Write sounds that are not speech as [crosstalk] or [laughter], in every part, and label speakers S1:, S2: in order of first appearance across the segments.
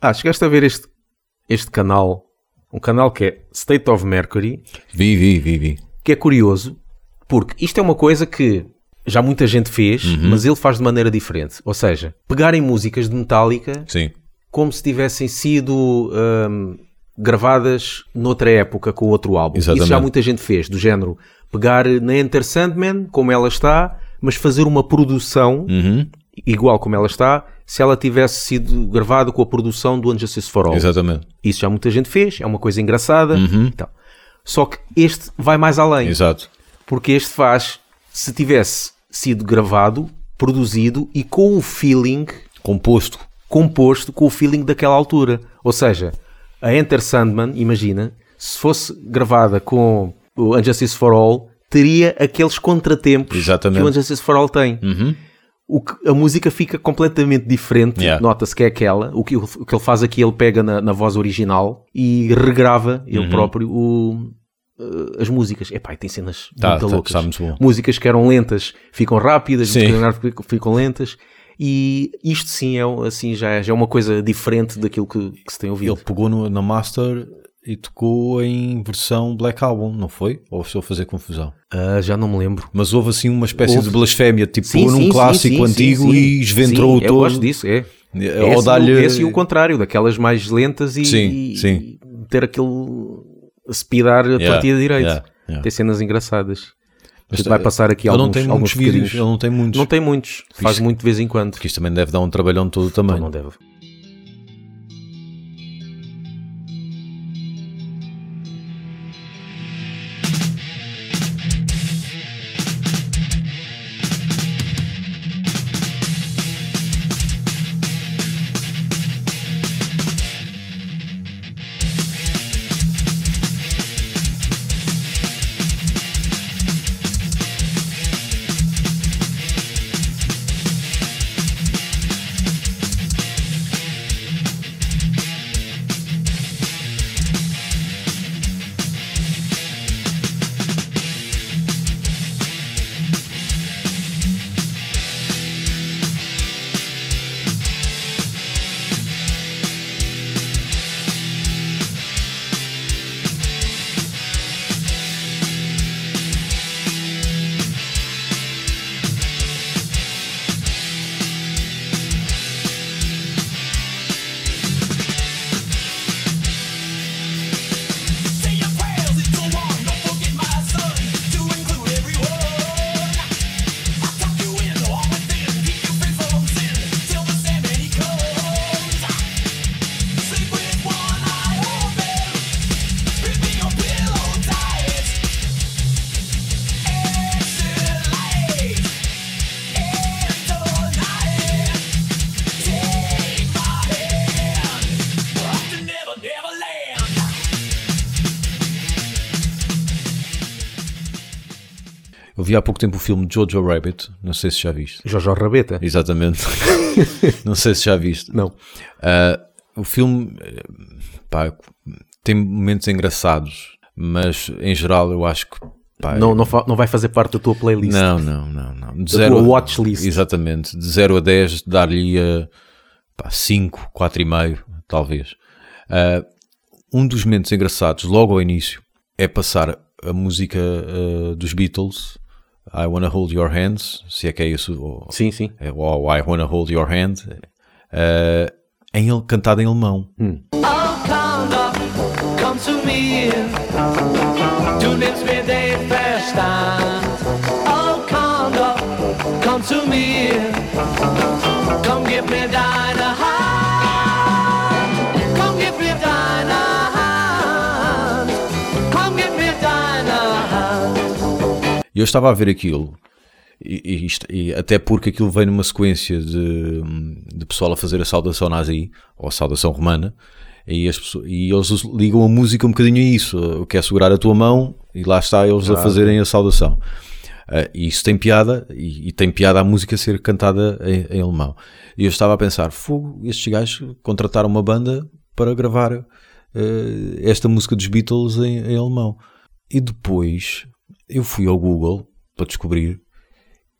S1: Ah, chegaste a ver este, este canal, um canal que é State of Mercury,
S2: Vi, vi, vi, vi.
S1: que é curioso, porque isto é uma coisa que já muita gente fez,
S2: Uhum.
S1: mas ele faz de maneira diferente. Ou seja, pegarem músicas de Metallica
S2: Sim.
S1: como se tivessem sido hum, gravadas noutra época com outro álbum.
S2: Exatamente.
S1: Isso já muita gente fez, do género pegar na Enter Sandman como ela está, mas fazer uma produção
S2: Uhum.
S1: igual como ela está, se ela tivesse sido gravada com a produção do Unjustice for All.
S2: Exatamente.
S1: Isso já muita gente fez, é uma coisa engraçada e tal. Só que este vai mais além,
S2: Exato.
S1: porque este faz se tivesse sido gravado, produzido e com o feeling
S2: Composto.
S1: composto com o feeling daquela altura. Ou seja, a Enter Sandman, imagina, se fosse gravada com o Unjustice for All, teria aqueles contratempos
S2: Exatamente. Uhum.
S1: que o Unjustice for All tem. O que, a música fica completamente diferente,
S2: Yeah.
S1: nota-se que é aquela. O que, o que ele faz aqui, ele pega na, na voz original e regrava
S2: Uhum.
S1: ele próprio o- eh, as músicas. Epá, e tem cenas
S2: Tá,
S1: muito
S2: tá,
S1: loucas.
S2: está muito bom.
S1: Músicas que eram lentas ficam rápidas,
S2: Sim.
S1: músicas que eram rápidas ficam lentas. E isto sim é, um- assim, já, é, já é uma coisa diferente daquilo que, que se tem ouvido.
S2: Ele pegou no- na Master e tocou em versão Black Album, não foi? Ou estou a fazer confusão?
S1: Ah, já não me lembro.
S2: Mas houve assim uma espécie
S1: Houve.
S2: de blasfémia, tipo
S1: Sim,
S2: num
S1: sim, sim,
S2: clássico
S1: sim,
S2: antigo
S1: sim, sim.
S2: e esventrou
S1: Sim,
S2: o
S1: Eu gosto
S2: todo.
S1: disso, é.
S2: Eh,
S1: Esse,
S2: Ou
S1: e
S2: dar-lhe.
S1: o- esse e o contrário, daquelas mais lentas e,
S2: Sim,
S1: e-
S2: sim.
S1: e ter aquele speedar a
S2: Yeah,
S1: partida direita.
S2: yeah, yeah.
S1: Tem cenas engraçadas.
S2: Mas
S1: Vai passar aqui
S2: Ele
S1: alguns,
S2: não tem
S1: alguns
S2: muitos vídeos,
S1: bocadinhos.
S2: ele não tem muitos.
S1: Não tem muitos, faz
S2: Isto-
S1: muito de vez em quando.
S2: Porque isto também deve dar um trabalhão de todo o tamanho.
S1: Não deve.
S3: Say your prayers, it's so long. Don't forget my son to include everyone. I tuck you in, all within, keep you free from sin till the Sandman he comes. Sleep with one eye open, gripping your pillow tight. Exit light, into night. Take my hand, we're off to never, never land.
S2: Eu vi há pouco tempo o filme Jojo Rabbit, não sei se já viste.
S1: Jojo Rabeta? [laughs]
S2: Exatamente. não sei se já viste.
S1: Não.
S2: Ah, o filme eh, pá, tem momentos engraçados, mas em geral eu acho que pá,
S1: Não, não, fa- não vai fazer parte da tua playlist.
S2: Não, não, não, não. De
S1: Da
S2: zero
S1: tua
S2: a-
S1: watch list.
S2: Exatamente. De 0 a 10, dar-lhe 5, 4,5, talvez. Ah, um dos momentos engraçados, logo ao início, é passar a música ah, dos Beatles, I Wanna Hold Your Hands, se é que é isso, ou,
S1: Sim, sim.
S2: é, ou I Wanna Hold Your Hand, ah, em, al- cantado em alemão.
S4: Oh, come doch, komm zu mir. Du nimmst mir den Verstand. Oh, komm doch, komm zu mir. Komm, gib mir deine Hand. Komm, gib mir deine Hand. Komm, gib mir deine Hand.
S2: E eu estava a ver aquilo, e, e isto- e até porque aquilo veio numa sequência de, de pessoal a fazer a saudação nazi, ou a saudação romana, e, as pessoas- e eles us- ligam a música um bocadinho a isso, o que é segurar a tua mão, e lá está eles a fazerem a saudação. Ah, e isso tem piada, e, e tem piada a música ser cantada em, em alemão. E eu estava a pensar, fogo, estes gajos contrataram uma banda para gravar eh, esta música dos Beatles em, em alemão. E depois eu fui ao Google para descobrir,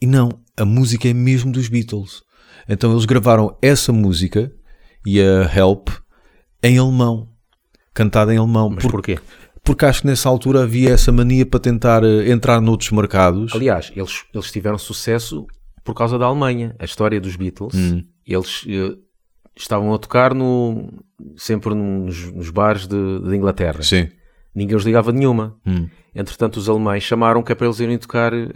S2: e não, a música é mesmo dos Beatles. Então eles gravaram essa música e a Help em alemão. Cantada em alemão.
S1: Mas
S2: Por-
S1: porquê?
S2: Porque acho que nessa altura havia essa mania para tentar eh, entrar noutros mercados.
S1: Aliás, eles, eles tiveram sucesso por causa da Alemanha. A história dos Beatles,
S2: Hum.
S1: eles eh, estavam a tocar no, sempre nos, nos bares de, de Inglaterra.
S2: Sim.
S1: Ninguém os ligava nenhuma.
S2: Hum.
S1: Entretanto, os alemães chamaram que é para eles irem tocar eh,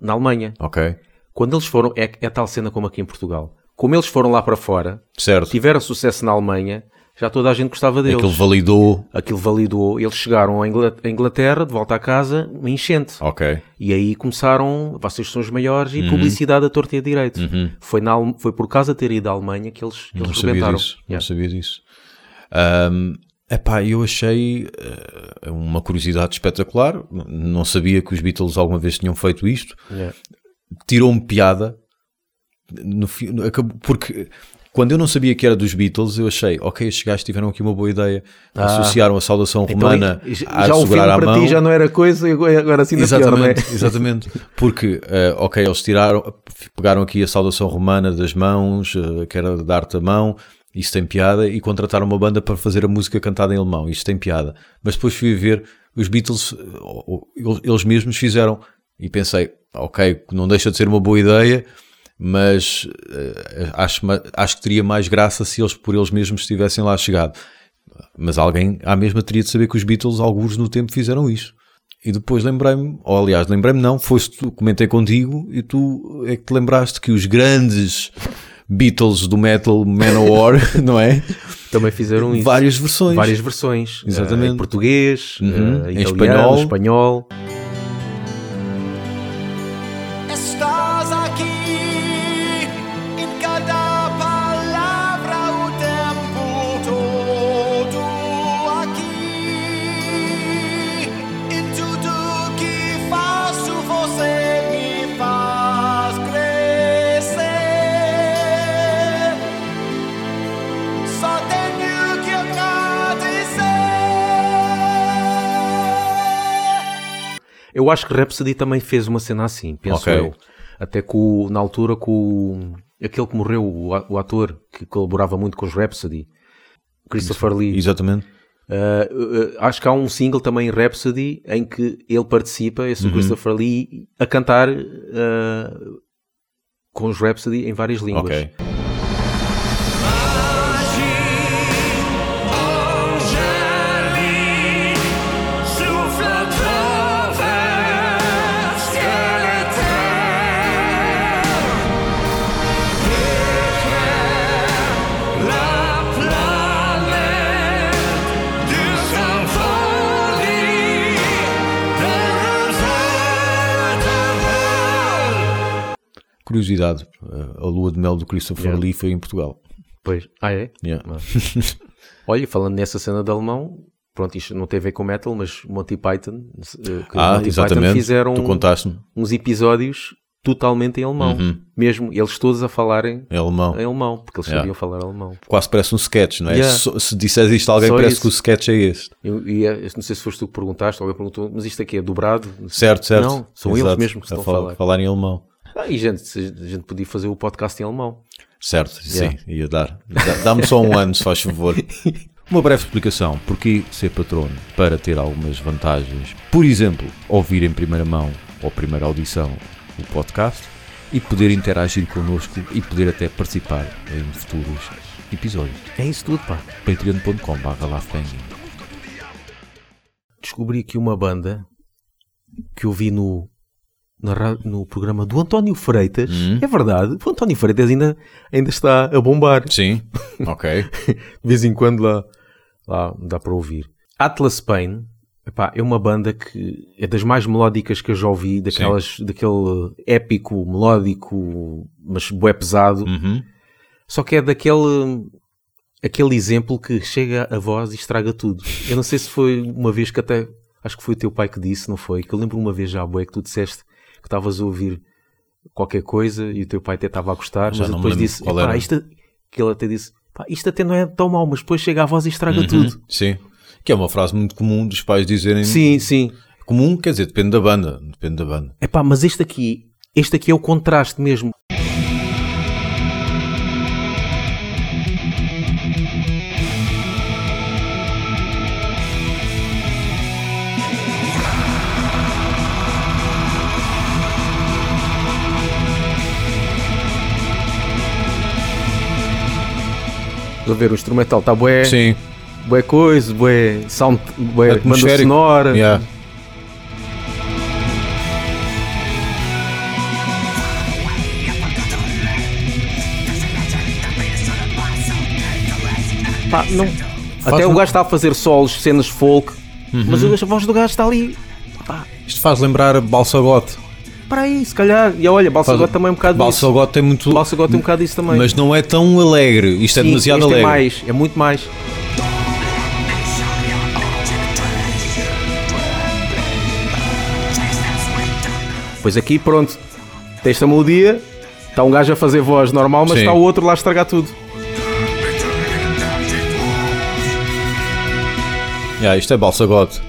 S1: na Alemanha.
S2: Ok.
S1: Quando eles foram, é, é tal cena como aqui em Portugal. Como eles foram lá para fora,
S2: Certo.
S1: tiveram sucesso na Alemanha, já toda a gente gostava deles.
S2: Aquele validou.
S1: Aquilo validou. Eles chegaram à Ingla- à Inglaterra, de volta à casa, uma enchente.
S2: Ok.
S1: E aí começaram, vocês são os maiores,
S2: Uhum.
S1: e publicidade a torta e a direito. Foi, na Alem- foi por causa de ter ido à Alemanha que eles, que
S2: Não
S1: eles
S2: sabia
S1: rebentaram.
S2: disso. Não
S1: Yeah.
S2: sabia disso. Ahm, epá, eu achei eh, uma curiosidade espetacular. Não sabia que os Beatles alguma vez tinham feito isto.
S1: Yeah.
S2: Tirou-me piada. No, fi- no- acabou- porque quando eu não sabia que era dos Beatles, eu achei, ok, estes gajos tiveram aqui uma boa ideia. Associaram a saudação
S1: Ah. Então,
S2: romana
S1: e- já
S2: a
S1: já o filme
S2: segurar a
S1: para
S2: mão.
S1: ti já não era coisa, e agora agora assim na pior, não é?
S2: Exatamente, exatamente. Porque, eh, ok, eles tiraram, pegaram aqui a saudação romana das mãos, eh, que era dar-te a mão, isso tem piada, e contrataram uma banda para fazer a música cantada em alemão, isso tem piada. Mas depois fui ver, os Beatles, eh, o- o- eles mesmos fizeram, e pensei, ok, não deixa de ser uma boa ideia, mas eh, acho, ma- acho que teria mais graça se eles por eles mesmos tivessem lá chegado. Mas alguém à mesma teria de saber que os Beatles, alguns no tempo, fizeram isso. E depois lembrei-me, ou aliás, lembrei-me não, foste tu, comentei contigo e tu é que te lembraste que os grandes Beatles do metal Manowar, [laughs] não é?
S1: Também fizeram isso.
S2: Várias versões.
S1: Várias versões.
S2: Exatamente.
S1: Eh, em português,
S2: Uhum.
S1: eh,
S2: Em
S1: italiano,
S2: espanhol.
S1: espanhol.
S3: Estás aqui em cada palavra o tempo todo aqui em tudo que faço você me faz crescer só tenho que agradecer
S1: Eu acho que Rhapsody também fez uma cena assim, penso
S2: Ok.
S1: eu. Até com, o- na altura com o- aquele que morreu, o, a- o ator que colaborava muito com os Rhapsody, Christopher Lee.
S2: Exatamente.
S1: Eh, eh, acho que há um single também, Rhapsody, em que ele participa, esse
S2: Uhum.
S1: Christopher Lee, a cantar eh, com os Rhapsody em várias línguas.
S2: Ok. Curiosidade, eh, a lua de mel do Christopher
S1: Yeah.
S2: Lee foi em Portugal.
S1: Pois. Ah, é?
S2: Yeah.
S1: Olha, falando nessa cena de alemão, pronto, isto não tem a ver com metal, mas Monty Python, eh, que
S2: Ah,
S1: Monty
S2: exatamente.
S1: Python fizeram um-
S2: Tu contaste-me
S1: uns episódios totalmente em alemão, mesmo eles todos a falarem
S2: em é alemão.
S1: em alemão, porque eles
S2: Yeah.
S1: sabiam falar alemão.
S2: Quase parece um sketch, não é?
S1: É. Yeah.
S2: Se, se disseres isto a alguém,
S1: Só
S2: parece
S1: isso.
S2: que o sketch é este.
S1: Eu, e eh, não sei se foste tu que perguntaste, alguém perguntou, mas isto aqui é dobrado?
S2: Certo, certo.
S1: Não, são eles
S2: Exato.
S1: mesmo que estão a falar.
S2: falar em alemão.
S1: Ah, e gente, se- a gente podia fazer o podcast em alemão.
S2: Certo,
S1: Yeah.
S2: sim, ia dar. Dá- Dá-me só um ano, se faz
S1: [laughs]
S2: favor. Uma breve explicação. Porquê ser patrono? Para ter algumas vantagens. Por exemplo, ouvir em primeira mão ou primeira audição o podcast e poder interagir connosco e poder até participar em futuros episódios.
S1: É isso tudo, pá.
S2: patreon.com.br
S1: Descobri aqui uma banda que eu vi no, na ra- no programa do António Freitas. É verdade, o António Freitas ainda, ainda está a bombar.
S2: Sim, ok.
S1: de vez em quando lá, lá dá para ouvir. Atlas Pain epá, é uma banda que é das mais melódicas que eu já ouvi, daquelas, daquele épico, melódico, mas bué pesado.
S2: [laughs] Uhum.
S1: Só que é daquele aquele exemplo que chega a voz e estraga tudo. Eu não sei se foi uma vez que até, acho que foi o teu pai que disse, não foi? Que eu lembro uma vez já, bué, que tu disseste que estavas a ouvir qualquer coisa e o teu pai até estava a gostar, mas
S2: Já
S1: eu
S2: não me
S1: depois
S2: lembro
S1: disse,
S2: qual
S1: "Epá,
S2: era."
S1: isto, que ele até disse, "Pá, isto até não é tão mau, mas depois chega a voz e estraga
S2: Uhum.
S1: tudo.
S2: Sim. Que é uma frase muito comum dos pais dizerem.
S1: Sim, sim.
S2: Comum, quer dizer, depende da banda. Depende da banda.
S1: Epá, mas este aqui, este aqui é o contraste mesmo. Estás a ver, o instrumental está bué,
S2: Sim,
S1: bué coisa, bué sound, bué banda É,
S2: Atmosférico.
S1: sonora.
S2: yeah.
S1: Pá, não. Até
S2: Faz- um- Uhum.
S1: o gajo está a fazer solos, cenas folk, mas a voz do gajo está ali.
S2: Isto faz lembrar Balsagote.
S1: Para aí, se calhar. E olha, Balsa Gote também é um bocado disso.
S2: Balsagote tem muito.
S1: Balsa Gote tem um bocado disso também.
S2: Mas não é tão alegre. Isto é
S1: Sim,
S2: demasiado
S1: este é
S2: alegre.
S1: mais, é muito mais. Pois aqui, pronto, tem esta melodia, está um gajo a fazer voz normal, mas
S2: Sim.
S1: está o outro lá a estragar tudo.
S2: Yeah, isto é Balsagote.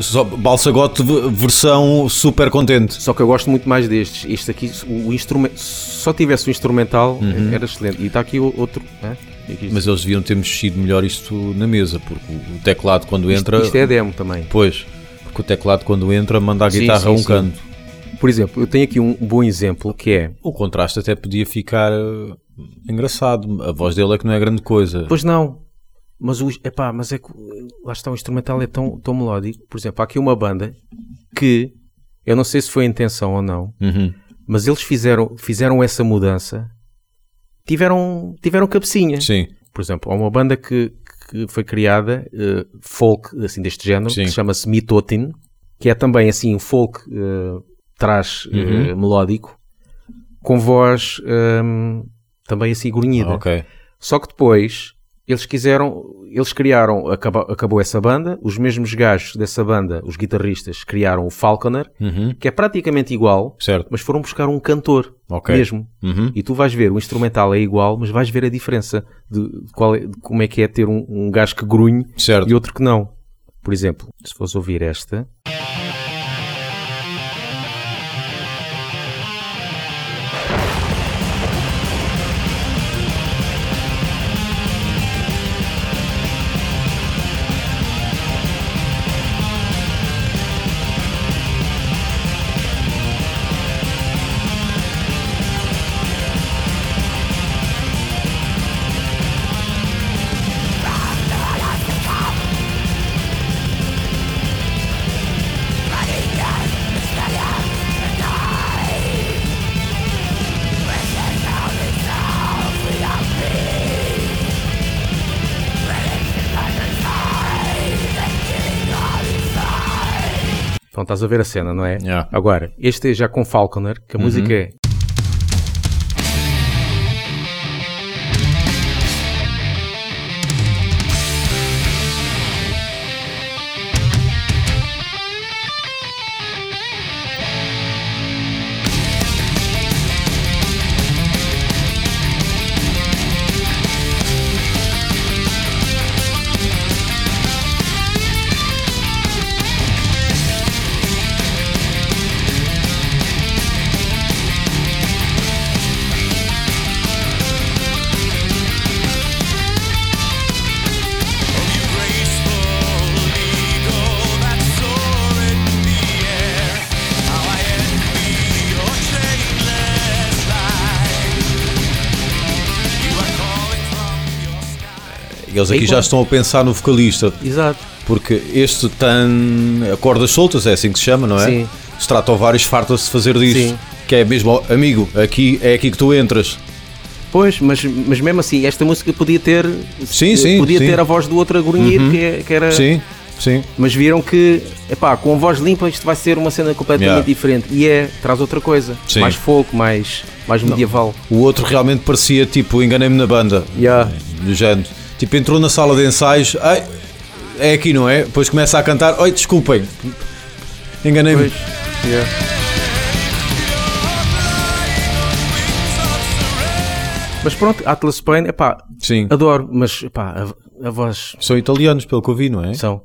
S2: Só Balsagote v- versão super contente.
S1: Só que eu gosto muito mais destes. Este aqui, o instrumento, só tivesse o instrumental, eh, era excelente. E está aqui o outro, né? E aqui isto-
S2: Uhum. Mas eles deviam ter mexido melhor isto na mesa, porque o teclado quando entra.
S1: isto é demo também.
S2: Pois, porque o teclado quando entra manda a
S1: Sim,
S2: guitarra
S1: sim,
S2: a um
S1: sim.
S2: canto.
S1: Por exemplo, eu tenho aqui um bom exemplo que é
S2: O contraste até podia ficar eh, engraçado. A voz dele é que não é grande coisa.
S1: Pois não. Mas, o, epá, mas é que uh, lá está o instrumental é tão, tão melódico. Por exemplo, há aqui uma banda que eu não sei se foi a intenção ou não,
S2: Uhum.
S1: mas eles fizeram, fizeram essa mudança, tiveram, tiveram cabecinha.
S2: Sim,
S1: Por exemplo, há uma banda que, que foi criada, eh, folk, assim, deste género,
S2: Sim.
S1: que se chama-se Mitotin, que é também, assim, um folk eh, traz eh,
S2: Uhum.
S1: melódico, com voz ehm, também, assim, grunhida.
S2: ok.
S1: Só que depois eles quiseram, eles criaram, acaba- acabou, essa banda, os mesmos gajos dessa banda, os guitarristas, criaram o Falconer,
S2: Uhum.
S1: que é praticamente igual,
S2: Certo.
S1: mas foram buscar um cantor
S2: Ok.
S1: mesmo.
S2: Uhum.
S1: E tu vais ver, o instrumental é igual, mas vais ver a diferença de, de qual é- de como é que é ter um, um gajo que grunhe
S2: Certo.
S1: e outro que não. Por exemplo, se fosse ouvir esta. Então estás a ver a cena, não é?
S2: Yeah. Uhum.
S1: Agora, este é já com Falconer, que a música é.
S2: Eles aqui já estão a pensar no vocalista,
S1: Exato.
S2: porque este tan a cordas soltas, é assim que se chama, não é?
S1: Sim.
S2: Stratovarius farta-se de fazer disso,
S1: Sim.
S2: que é mesmo, ó, amigo, aqui é aqui que tu entras.
S1: Pois, mas, mas mesmo assim, esta música podia ter.
S2: Sim, sim,
S1: Podia
S2: sim.
S1: ter a voz do outro a grunhir, que, é- que era.
S2: Sim, sim.
S1: Mas viram que, epá, com a voz limpa isto vai ser uma cena completamente
S2: Yeah.
S1: diferente. E é, traz outra coisa.
S2: Sim.
S1: Mais folk, mais, mais medieval.
S2: O outro realmente parecia tipo, enganei-me na banda.
S1: Yeah.
S2: Do género. Tipo, entrou na sala de ensaios, ai, é aqui, não é? Depois começa a cantar, oi, desculpem, enganei-me.
S1: Pois. Yeah. Mas pronto, Atlas Pain, epá,
S2: Sim.
S1: adoro, mas epá, a, a voz
S2: São italianos, pelo que eu vi, não é?
S1: são.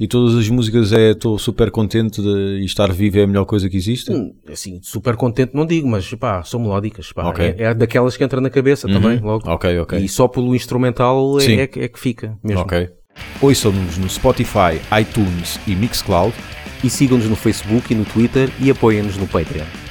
S2: E todas as músicas é, estou super contente de estar vivo, é a melhor coisa que existe.
S1: hum, Assim, super contente, não digo, mas epá, são melódicas. Epá,
S2: Ok. Uhum.
S1: é, é daquelas que entra na cabeça também, logo.
S2: Ok, ok.
S1: E só pelo instrumental
S2: Sim.
S1: é, é que- é que fica mesmo.
S2: Ok. Ouçam-nos no Spotify, iTunes e Mixcloud.
S1: E sigam-nos no Facebook e no Twitter e apoiem-nos no Patreon.